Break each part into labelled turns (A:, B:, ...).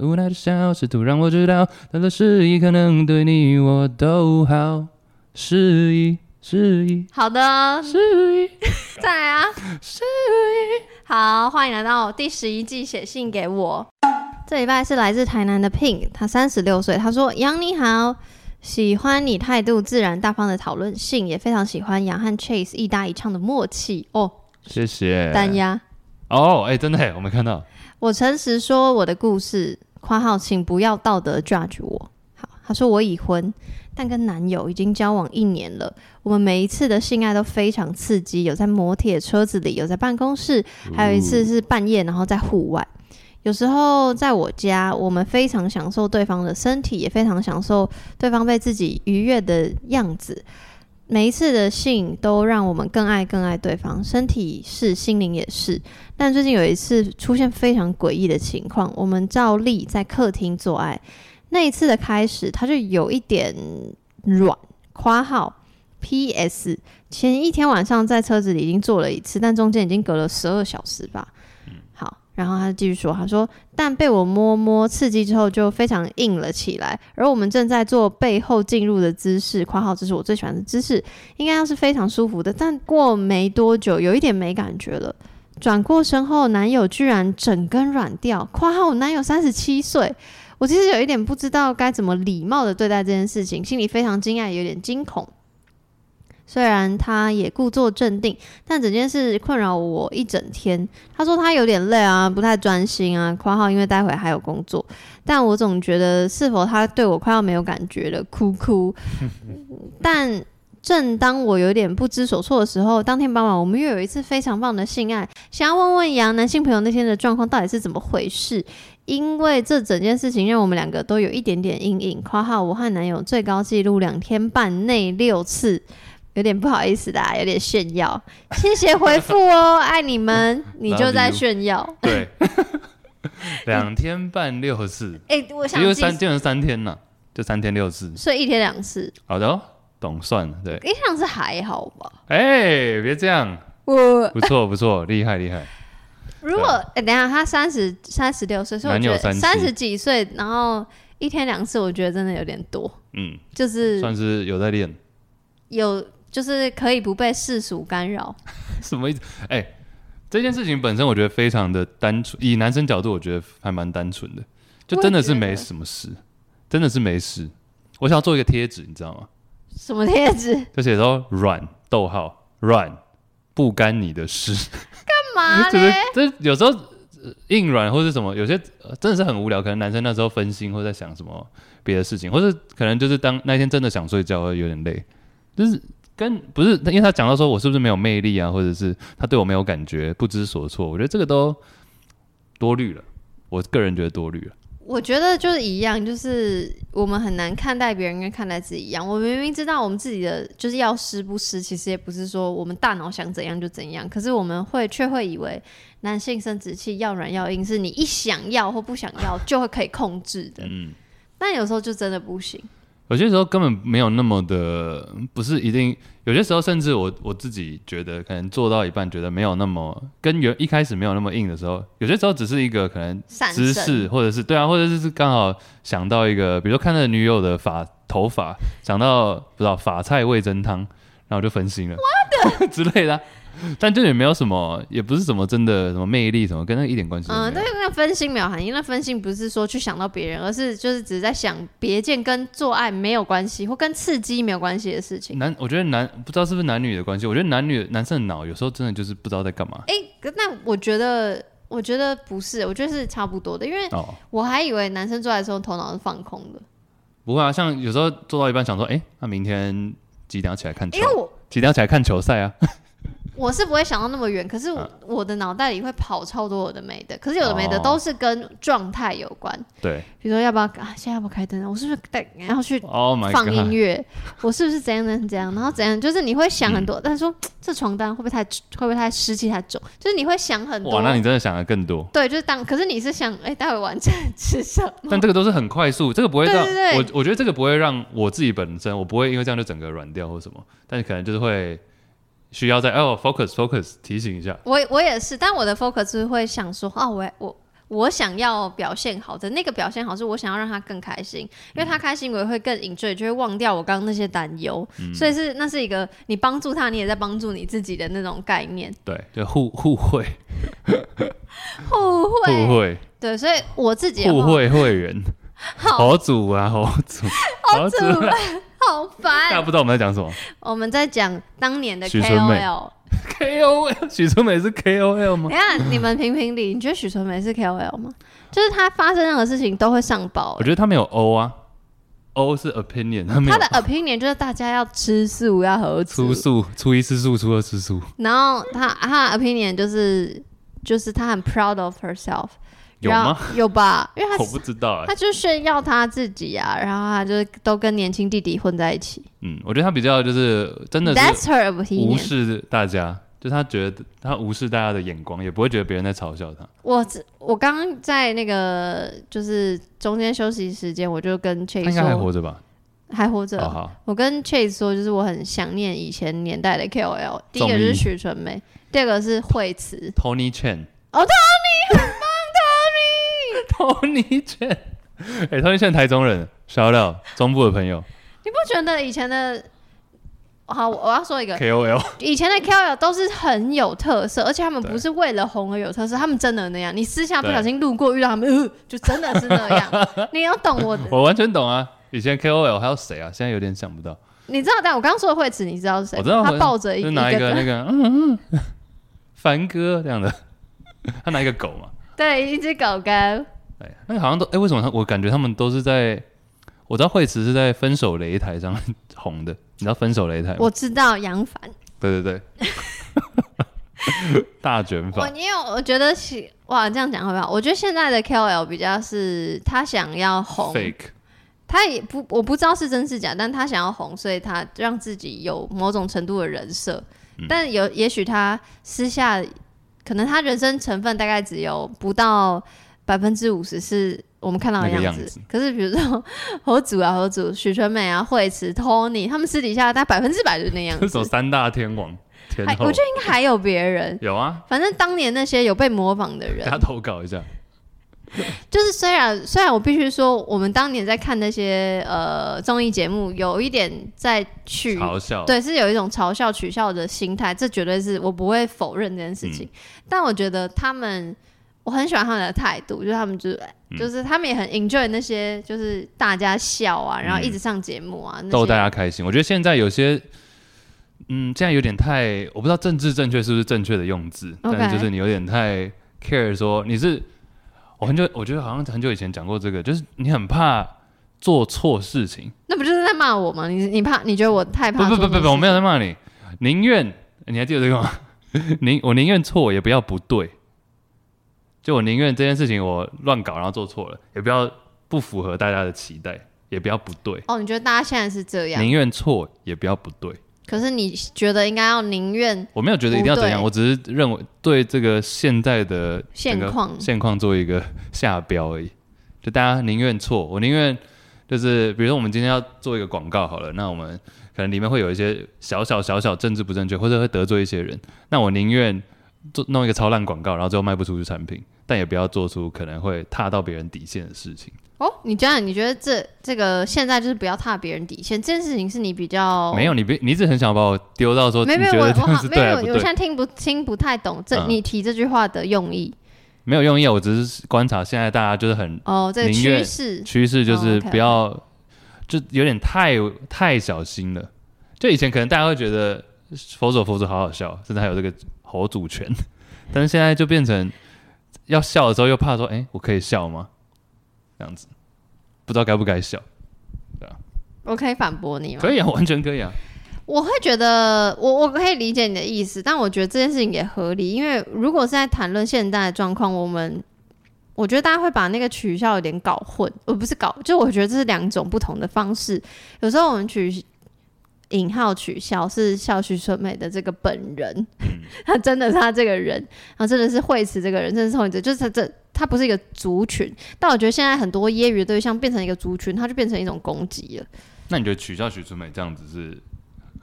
A: 无奈的笑，试图让我知道，他的示意可能对你我都好。示意，示意，
B: 好的，
A: 示意，
B: 再来啊！
A: 示意。
B: 好，欢迎来到第十一季，写信给我。这礼拜是来自台南的 Pink，他三十六岁，他说：“杨你好，喜欢你态度自然大方的讨论性，也非常喜欢杨和 Chase 一搭一唱的默契哦，
A: 谢谢。
B: 单压。
A: 哦，哎、真的耶，我没看到。
B: 我诚实说我的故事，括号请不要道德 judge 我。好，他说我已婚，但跟男友已经交往一年了。我们每一次的性爱都非常刺激，有在摩铁车子里，有在办公室，还有一次是半夜，然后在户外。有时候在我家，我们非常享受对方的身体，也非常享受对方被自己愉悦的样子。每一次的性都让我们更爱更爱对方，身体是，心灵也是。但最近有一次出现非常诡异的情况，我们照例在客厅做爱，那一次的开始，他就有一点软。括号 P.S. 前一天晚上在车子里已经做了一次，但中间已经隔了十二小时吧。好，然后他继续说，他说，但被我摸摸刺激之后就非常硬了起来，而我们正在做背后进入的姿势，括号这是我最喜欢的姿势，应该要是非常舒服的。但过没多久，有一点没感觉了。转过身后，男友居然整根软掉。括号我男友三十七岁，我其实有一点不知道该怎么礼貌的对待这件事情，心里非常惊讶，也有点惊恐。虽然他也故作镇定，但整件事困扰我一整天。他说他有点累啊，不太专心啊。括号因为待会还有工作，但我总觉得是否他对我快要没有感觉了，哭哭。但正当我有点不知所措的时候，当天傍晚我们又有一次非常棒的性爱，想要问问杨男性朋友那天的状况到底是怎么回事，因为这整件事情让我们两个都有一点点阴影。（括号我和男友最高纪录两天半内六次， 有点不好意思的、啊，有点炫耀。谢谢回复哦，爱你们，你就在炫耀。
A: 对， 两天半六次，
B: 哎、我想
A: 因为
B: 记，
A: 三，基本上三天呢、就三天六次。
B: 所以一天两次，
A: 好的、哦，懂算了，对。
B: 一天两次还好吧？
A: 哎、别这样，
B: 我
A: 不错不错，厉害厉害。
B: 如果、欸、等一下他三十三十六岁，所以我
A: 啊男友
B: 觉得
A: 37
B: 三十几岁，然后一天两次，我觉得真的有点多，
A: 嗯，
B: 就是
A: 算是有在练。
B: 有就是可以不被世俗干扰。
A: 什么意思？哎、这件事情本身我觉得非常的单纯，以男生角度，我觉得还蛮单纯的，就真的是没什么事，真的是没事。我想要做一个贴纸，你知道吗？
B: 什么贴纸？干
A: 就写说“软”逗号软不干你的事，
B: 嘛
A: 就是
B: 啊嘞？
A: 这有时候呃硬软或是什么，有些呃真的是很无聊，可能男生那时候分心或在想什么别的事情，或是可能就是当那天真的想睡觉，会有点累，就是跟不是因为他讲到说我是不是没有魅力啊，或者是他对我没有感觉，不知所措，我觉得这个都多虑了，我个人觉得多虑了。
B: 我觉得就是一样，就是我们很难看待别人跟看待自己一样。我明明知道我们自己的就是要湿不湿，其实也不是说我们大脑想怎样就怎样，可是我们会却会以为男性生殖器要软要硬是你一想要或不想要就会可以控制的，
A: 嗯，
B: 但有时候就真的不行。
A: 有些时候根本没有那么的，不是一定。有些时候，甚至我我自己觉得，可能做到一半，觉得没有那么跟原一开始没有那么硬的时候，有些时候只是一个可能
B: 闪
A: 姿
B: 身
A: 势，或者是对啊，或者是刚好想到一个，比如说看了女友的发头发，想到不知道法菜味噌汤，然后我就分心了，我的 之类的啊、但这也没有什么，也不是什么真的什么魅力什么，跟那个一点关系都没有。
B: 嗯，但是那分心没有含义，那分心不是说去想到别人，而是就是只是在想别件跟做爱没有关系或跟刺激没有关系的事情。
A: 男，我觉得男不知道是不是男女的关系，我觉得男女男生的脑有时候真的就是不知道在干嘛。
B: 哎、可那我觉得，我觉得不是，我觉得是差不多的，因为
A: 哦，
B: 我还以为男生做爱的时候头脑是放空的，
A: 不会啊，像有时候做到一半想说，哎、那明天几点要起来看球
B: 因？为我
A: 几点要起来看球赛 啊？
B: 我是不会想到那么远，可是我,、我的脑袋里会跑超多有的没的，可是有的没的
A: 嗯哦
B: 都是跟状态有关，
A: 对
B: 比如说要不要啊，现在要不要开灯啊？我是不是得要去
A: ，Oh my
B: 放音
A: god，
B: 乐，我是不是怎样怎样怎样，然后怎样，就是你会想很
A: 嗯
B: 多，但是说嘖这床单会不会太会不会太湿气太重，就是你会想很多
A: 哇，。那你真的想的更多。
B: 对，就是当可是你是想，哎、待会晚餐吃什么？
A: 但这个都是很快速，这个不会让
B: 哦对对对
A: 我，我觉得这个不会让我自己本身，我不会因为这样就整个软掉或什么，但可能就是会需要在哦 focus focus 提醒一下。
B: 我我也是，但我的 focus 就是会想说，哦，我我我想要表现好的那个表现好，是我想要让他更开心，因为他开心，我也会更 enjoy，就会忘掉我刚刚那些担忧。
A: 嗯
B: 所以是那是一个你帮助他，你也在帮助你自己的那种概念，
A: 对，就互互惠，
B: 互惠。
A: 互惠，
B: 对，所以我自己的
A: 互
B: 话
A: 惠会员，
B: 好
A: 好主啊， 好主，好
B: 主啊 好
A: 大家
B: 烦。
A: 不知道我们在讲什么
B: 我们在讲当年的
A: 许纯美
B: KOL。
A: ？KOL，许春美是 KOL 吗
B: 等一？下，你们评评理，你觉得许纯美是 KOL 吗？就是她发生任何事情都会上报、欸
A: 我觉得他没有 O 啊，O 是 opinion，他没有
B: 她的 opinion 就是大家要吃素，要合
A: 初
B: 族，
A: 速，初一吃素，初二吃素，
B: 然后她她的 opinion 就是就是她很 proud of herself，
A: 有
B: 然
A: 吗？
B: 后有吧？因为
A: 我
B: 她
A: 不知道哎、
B: 她就炫耀她自己啊，然后她就都跟年轻弟弟混在一起
A: 嗯，我觉得他比较就是真的是
B: ，That's her
A: 无
B: opinion。
A: 视大家，就他觉得他无视大家的眼光，也不会觉得别人在嘲笑他。
B: 我只我刚刚在那个就是中间休息时间，我就跟
A: 他
B: Chase
A: 应该还
B: 说啊
A: 活着吧？
B: 还活着
A: 好，好，
B: 我跟 Chase 说，就是我很想念以前年代的 KOL。第一个就是许纯美，第二个是惠慈。
A: Tony Chen，
B: 哦
A: ，Tony，Tony Chen，哎、t o n y Chen 台中人，小了中部的朋友
B: 你不觉得以前的好？我要说一个，
A: ，KOL，
B: 以前的 KOL 都是很有特色，而且他们
A: 对
B: 不是为了红而有特色，他们真的那样。你私下不
A: 对
B: 小心路过遇到他们，呃，就真的是那 样。你要懂我的，
A: 我完全懂啊。以前 KOL 还有谁啊？现在有点想不到。
B: 你知道？但我刚刚说的惠慈，你知道是谁吗？
A: 我知道
B: 他抱呃着一
A: 就拿一个
B: 个
A: 那个嗯嗯，凡哥这样的， 他拿一个狗嘛，
B: 对一只狗狗，
A: 哎，那个好像都哎、为什么他我感觉他们都是在，我知道惠慈是在分手擂台上红的，你知道分手擂台吗？
B: 我知道杨凡。
A: 对对对， 大卷
B: 我
A: 发，
B: 也有，我觉得是哇，这样讲会不好？我觉得现在的 KOL 比较是他想要 红
A: fake，
B: 他也不我不知道是真是假，但他想要红，所以他让自己有某种程度的人设。
A: 嗯
B: 但有也许他私下可能他人生成分大概只有不到百分之五十是我们看到的
A: 那个
B: 样子。
A: 样子
B: 可是比如说侯祖啊、侯祖、许纯美啊、惠慈、Tony，他们私底下他百分之百就是那样
A: 这
B: 子
A: 种。哦三大天王天
B: 还
A: 后
B: 我觉得应该还有别人，
A: 有啊，
B: 反正当年那些有被模仿的人
A: 大，家投稿一下，
B: 就是虽然虽然我必须说，我们当年在看那些呃综艺节目，有一点在取
A: 嘲笑，
B: 嗯对，是有一种嘲笑取笑的心态，这绝对是我不会否认这件事
A: 嗯
B: 情。但我觉得他们，我很喜欢他们的态度，就是他们就是、
A: 嗯
B: 就是他们也很 enjoy 那些就是大家笑
A: 嗯
B: 啊，然后一直上节目啊，那些
A: 逗大家开心。我觉得现在有些，嗯，现在有点太，我不知道政治正确是不是正确的用字
B: OK
A: 但就是你有点太 care 说你是，我很久，我觉得好像很久以前讲过这个，就是你很怕做错事情。
B: 那不就是在骂我吗？你你怕你觉得我太
A: 不
B: 怕
A: 不
B: 做
A: 不不
B: 这
A: 不，
B: 种
A: 我没有
B: 事
A: 在骂你，宁愿你还记得这个吗？ 宁我宁愿错也不要不对，就我宁愿这件事情我乱搞然后做错了，也不要不符合大家的期待，也不要不对，
B: 哦，你觉得大家现在是这样，
A: 宁愿错也不要不对。
B: 可是你觉得应该要宁愿
A: 我没有觉得一定要怎样，我
B: 不对
A: 只是认为对这个现在的
B: 现
A: 整个
B: 况
A: 现况做一个下标而已。就大家宁愿错，我宁愿就是，比如说我们今天要做一个广告好了，那我们可能里面会有一些小小小小政治不正确，或者会得罪一些人。那我宁愿做弄一个超烂广告，然后最后卖不出去产品，但也不要做出可能会踏到别人底线的事情。
B: 哦，你讲讲，你觉得这这个现在就是不要踏别人底线，这件事情是你比较
A: 没有，你别，你一直很想把我丢到说，
B: 哦没有没有
A: 你
B: 我
A: 觉得这
B: 我
A: 样
B: 好
A: 是
B: 没
A: 对还啊
B: 有
A: 不
B: 我
A: 对
B: 现？在听不听不太懂这、
A: 嗯
B: 你提这句话的用意
A: 没有用意，啊，我只是观察现在大家就是很
B: 哦，这个
A: 宁
B: 趋
A: 愿
B: 势
A: 趋势就
B: 哦
A: 是
B: ，OK，OK
A: 不要，就有点太太小心了。就以前可能大家会觉得佛祖佛祖好好笑，甚至还有这个猴主权， 但是现在就变成要笑的时候又怕说，哎、我可以笑吗？这样子不知道该不该笑，
B: 我可以反驳你吗？
A: 可以啊，完全可以啊。
B: 我会觉得我我可以理解你的意思，但我觉得这件事情也合理，因为如果是在谈论现在的状况，我们我觉得大家会把那个取笑有点搞混，呃，不是搞，就我觉得这是两种不同的方式。有时候我们取引号取笑是笑许纯美的这个本人，
A: 嗯
B: 他真的是他这个人，然后真的是惠慈这个人，真的是惠慈，就是他这他不是一个族群，但我觉得现在很多揶揄的对象变成一个族群，他就变成一种攻击了。
A: 那你觉得取笑许纯美这样子是？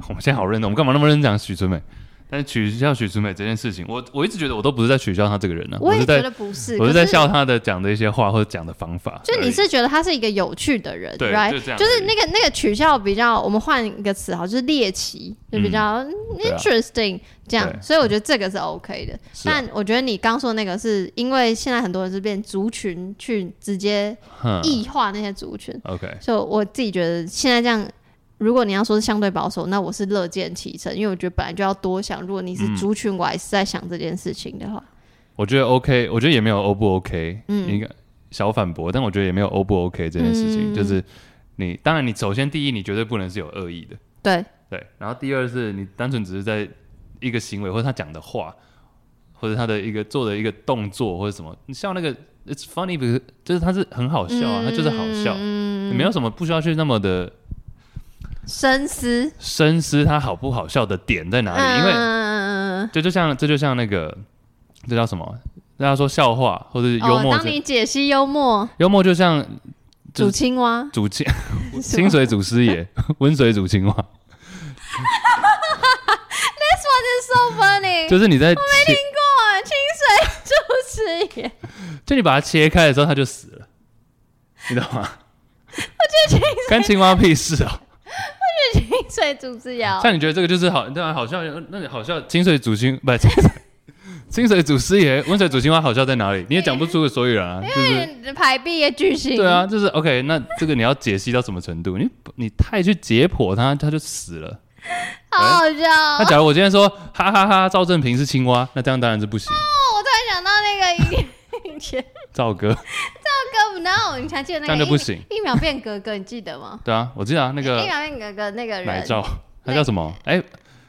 A: 我们现在好认真，我们干嘛那么认真讲许纯美？但是取笑许淑美这件事情，我我一直觉得我都不是在取笑她这个人呢、
B: 我
A: 是
B: 也觉
A: 在
B: 得不是，
A: 我
B: 可
A: 是在笑她的讲的一些话或者讲的方法而已。
B: 就你是觉得他是一个有趣的人
A: 对
B: ，right？
A: 就这样
B: 是
A: 而已
B: 那个那个取笑比较，我们换一个词好，就是猎奇，就比较嗯
A: 对啊
B: interesting、这样，
A: 对
B: 所以我觉得这个是 OK 的。
A: 是啊
B: 但我觉得你刚说那个是因为现在很多人是变族群去直接
A: 哼
B: 异化那些族群，
A: OK
B: 所以我自己觉得现在这样，如果你要说是相对保守，那我是乐见其成，因为我觉得本来就要多想。如果你
A: 嗯
B: 是族群，我还是在想这件事情的话，
A: 我觉得 OK，我觉得也没有 O 不 OK，
B: 嗯
A: 一个小反驳，但我觉得也没有 O 不 OK 这件事情，
B: 嗯
A: 就是你当然你首先第一，你绝对不能是有恶意的，
B: 对，
A: 对，然后第二是你单纯只是在一个行为或者他讲的话，或者他的一个做的一个动作或者什么，你像那个 It's funny，不是就是他是很好笑啊，他就是好笑，
B: 嗯，
A: 没有什么不需要去那么的
B: 深思。
A: 深思他好不好笑的点在哪里，因为
B: 嗯嗯嗯嗯
A: 这就像这就像那个这叫什么？大家说笑话或者是
B: 嗯
A: 幽默这，
B: 哦，当你解析幽默，
A: 幽默就像就
B: 煮
A: 是
B: 青 蛙，
A: 煮青
B: 是吗
A: 清水煮师爷，温水煮青蛙，
B: so funny，
A: 就是你在切，
B: 哇，清水主持也，
A: 就你把它切开的时候，它就死了，你懂吗？我觉得跟青蛙屁事啊！
B: 清水主持也哦，
A: 像你觉得这个就是好，对啊，好笑，那你好笑，清水煮青不清水 清水煮师爷，温水煮青蛙好笑在哪里？你也讲不出个所以然啊，就是。
B: 排毕业巨星，
A: 对啊，就是 OK。那这个你要解析到什么程度？你你太去解剖它，它就死了。
B: 好好笑
A: 哎
B: 哦。
A: 那假如我今天说哈哈哈，赵正平是青蛙，那这样当然是不行。
B: 哦，我突然想到那个以前
A: 赵哥，
B: 哥，然后你还记得 那
A: 这
B: 个
A: 样就不行。
B: 一一秒变格格，你记得吗？
A: 对啊，我记得啊，那
B: 一
A: 个
B: 秒变格格那个
A: 奶
B: 人
A: 罩，他叫什么？哎、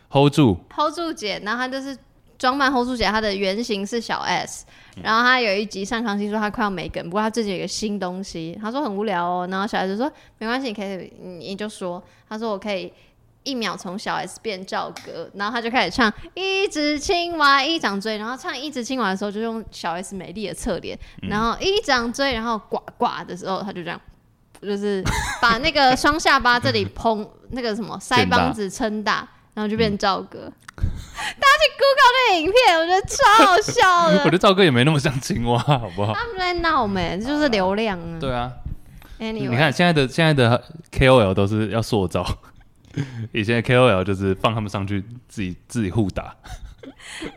A: h o l d 住，
B: ，hold 住姐，然后她就是装扮 hold 住姐，她的原型是小 S，然后她有一集上康熙说她快要没梗，不过她自己有一个新东西，她说很无聊哦，然后小 S 就说没关系，你可以你你就说，她说我可以。一秒从小 S 变赵哥，然后她就开始唱《一只青蛙一掌追》，然后唱《一只青蛙》的时候就用小 S 美丽的侧脸，然后一掌追，然后呱呱的时候她就这样，就是把那个双下巴这里蓬那个什么腮帮子撑大，然后
A: 嗯
B: 就变赵哥。 大家去 Google 那影片，我觉得超好笑
A: 我觉
B: 的。
A: 得赵哥也没那么像青蛙， 好不好？
B: 他们在闹没，这就是流量啊。
A: 对啊，你
B: Anyway，
A: 看现在的现在的 KOL 都是要塑造，以前的 KOL 就是放他们上去自己自己互打。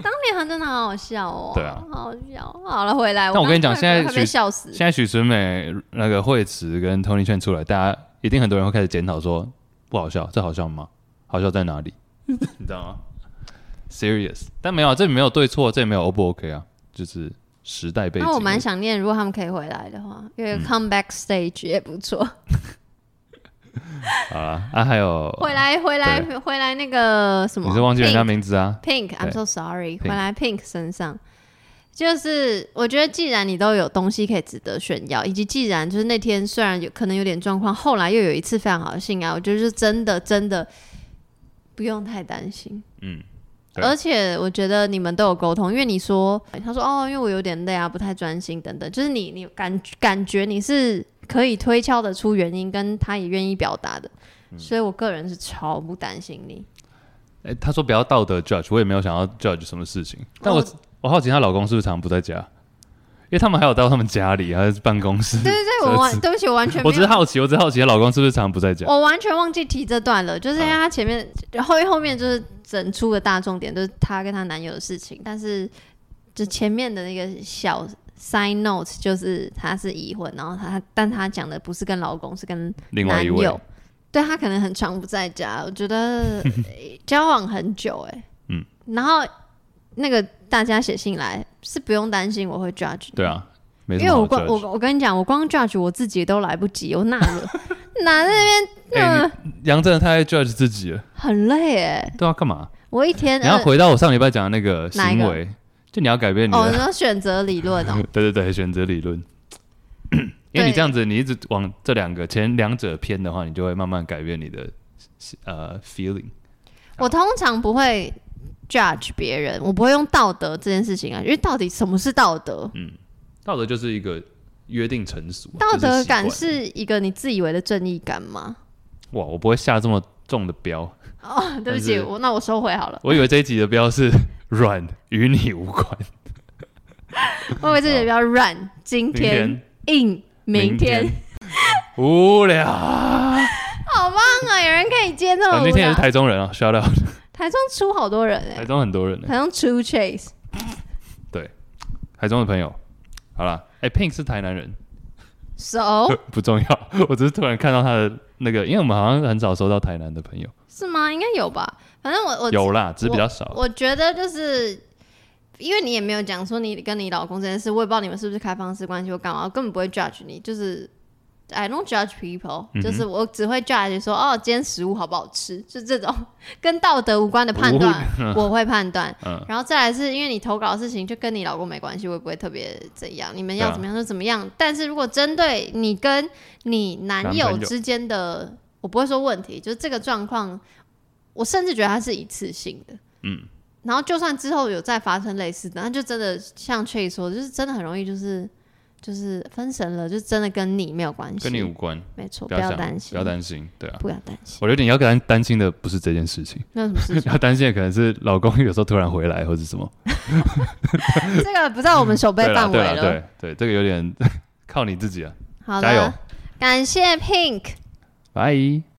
B: 当年还真的好好笑哦。
A: 对啊
B: 好好笑。好了，回来。
A: 但我跟你讲
B: 刚刚
A: 现在
B: 快被
A: 学
B: 笑死。
A: 现在许纯美那个惠慈跟 Tony 劝出来，大家一定很多人会开始检讨说不好笑，这好笑吗？好笑在哪里？你知道吗？Serious，但没有啊，这没有对错，这也没有 O 不 OK 啊，就是时代背景。
B: 那我蛮想念，如果他们可以回来的话，有
A: 嗯
B: 一个 comeback stage 也不错。
A: 好啦，啊，还有
B: 回来，回来，回来，那个什么？
A: 你是忘记人家
B: Pink
A: 名字啊？对
B: Pink，I'm so sorry。
A: Pink
B: 回来 Pink 身上，就是我觉得既然你都有东西可以值得炫耀，以及既然就是那天虽然有可能有点状况，后来又有一次非常好的性爱，我觉得是真的真的不用太担心。
A: 嗯，对
B: 而且我觉得你们都有沟通，因为你说他说哦，因为我有点累啊，不太专心等等，就是你你感感觉你是可以推敲得出原因，跟他也愿意表达的，
A: 嗯
B: 所以我个人是超不担心你。
A: 哎、她说不要道德 judge，我也没有想要 judge 什么事情，但我、
B: 哦
A: 我好奇她老公是不是常常不在家，因为他们还有到他们家里还是办公室。
B: 对对对，我完对不起，我完全没
A: 我
B: 有哦
A: 只是好奇，我只是好奇她老公是不是常常不在家。
B: 我完全忘记提这段了，就是因为她前面、后后面就是整出的大重点就是她跟她男友的事情，但是就前面的那个小 side note 就是她是已婚，然后她但她讲的不是跟老公，是跟
A: 另外
B: 男
A: 一位
B: 友，对她可能很常不在家，我 觉得诶交往很久哎、
A: 嗯，
B: 然后那个大家写信来是不用担心我会 judge 你
A: 对啊，没什
B: 因为
A: 么好
B: 我光
A: judge
B: 我我跟你讲，我光 judge 我自己都来不及，我哪 了哪那边那、
A: 哎你杨真的太爱 judge 自己了，
B: 很累哎，
A: 对啊，干嘛？
B: 我一天
A: 你要
B: 呃
A: 回到我上礼拜讲的那个
B: 哪
A: 行
B: 一个
A: 为，就你要改变你
B: 哦，
A: 的，
B: 你说选择理论 哦，
A: 对对对，选择理 论。因为
B: 对
A: 你这样子，你一直往这两个前两者偏的话，你就会慢慢改变你的呃 feeling。
B: 我通常不会 judge 别人，我不会用道德这件事情啊，因为到底什么是道德？
A: 嗯道德就是一个约定成熟，
B: 道
A: 就是
B: 德
A: 习惯
B: 感是一个你自以为的正义感吗？
A: 哇，我不会下这么中的标，
B: 哦，对不
A: 但
B: 起，
A: 是
B: 我那我收回好了。
A: 我以为这一集的标是软与你无关。
B: 我以为这节比较软，今
A: 明天
B: 天、硬，明天，
A: 无 聊。
B: 好棒啊！有人可以接这
A: 我
B: 么无
A: 那天也
B: 聊
A: 是。台中人啊，shout out，
B: 台中出好多人哎、
A: 台中很多人、欸，
B: 台中出 Chase，
A: 台中的朋友。好啦，哎、p i n k 是台南人，
B: 熟
A: 不重要。我只是突然看到他的那个，因为我们好像很少收到台南的朋友，
B: 是吗？应该有吧。反正我我
A: 有啦，只是比较少。
B: 我觉得就是，因为你也没有讲说你跟你老公这件事，我也不知道你们是不是开放式关系或干嘛，我根本不会 judge 你，就是 I don't judge people，、
A: 嗯哼
B: 就是我只会 judge 说哦，今天食物好不好吃，就这种 跟道德无关的判断， 我会判断。
A: 哦嗯
B: 然后再来是因为你投稿的事情就跟你老公没关系，我也不会特别怎样，你们要
A: 对啊
B: 怎么样就怎么样。但是如果针对你跟你男
A: 男
B: 友
A: 朋友
B: 之间的，我不会说问题，就是这个状况，我甚至觉得它是一次性的。
A: 嗯，
B: 然后就算之后有再发生类似的，那就真的像 c h a 说，就是真的很容易就是就是分神了，就真的跟你没有关系，
A: 跟你无关，
B: 没错，
A: 不
B: 不
A: 要
B: 要
A: 想，
B: 担心，
A: 不要担心，对啊。
B: 不要担心，
A: 我觉得你要担担心的不是这件事情，
B: 没有什么事情，
A: 要担心的可能是老公有时候突然回来或者什么。
B: 这个不在我们手背
A: 对啦，
B: 范 围
A: 对啦，
B: 了。
A: 对对，这个有点 靠你自己啊，
B: 好
A: 加油
B: 了，感谢 Pink。
A: 拜。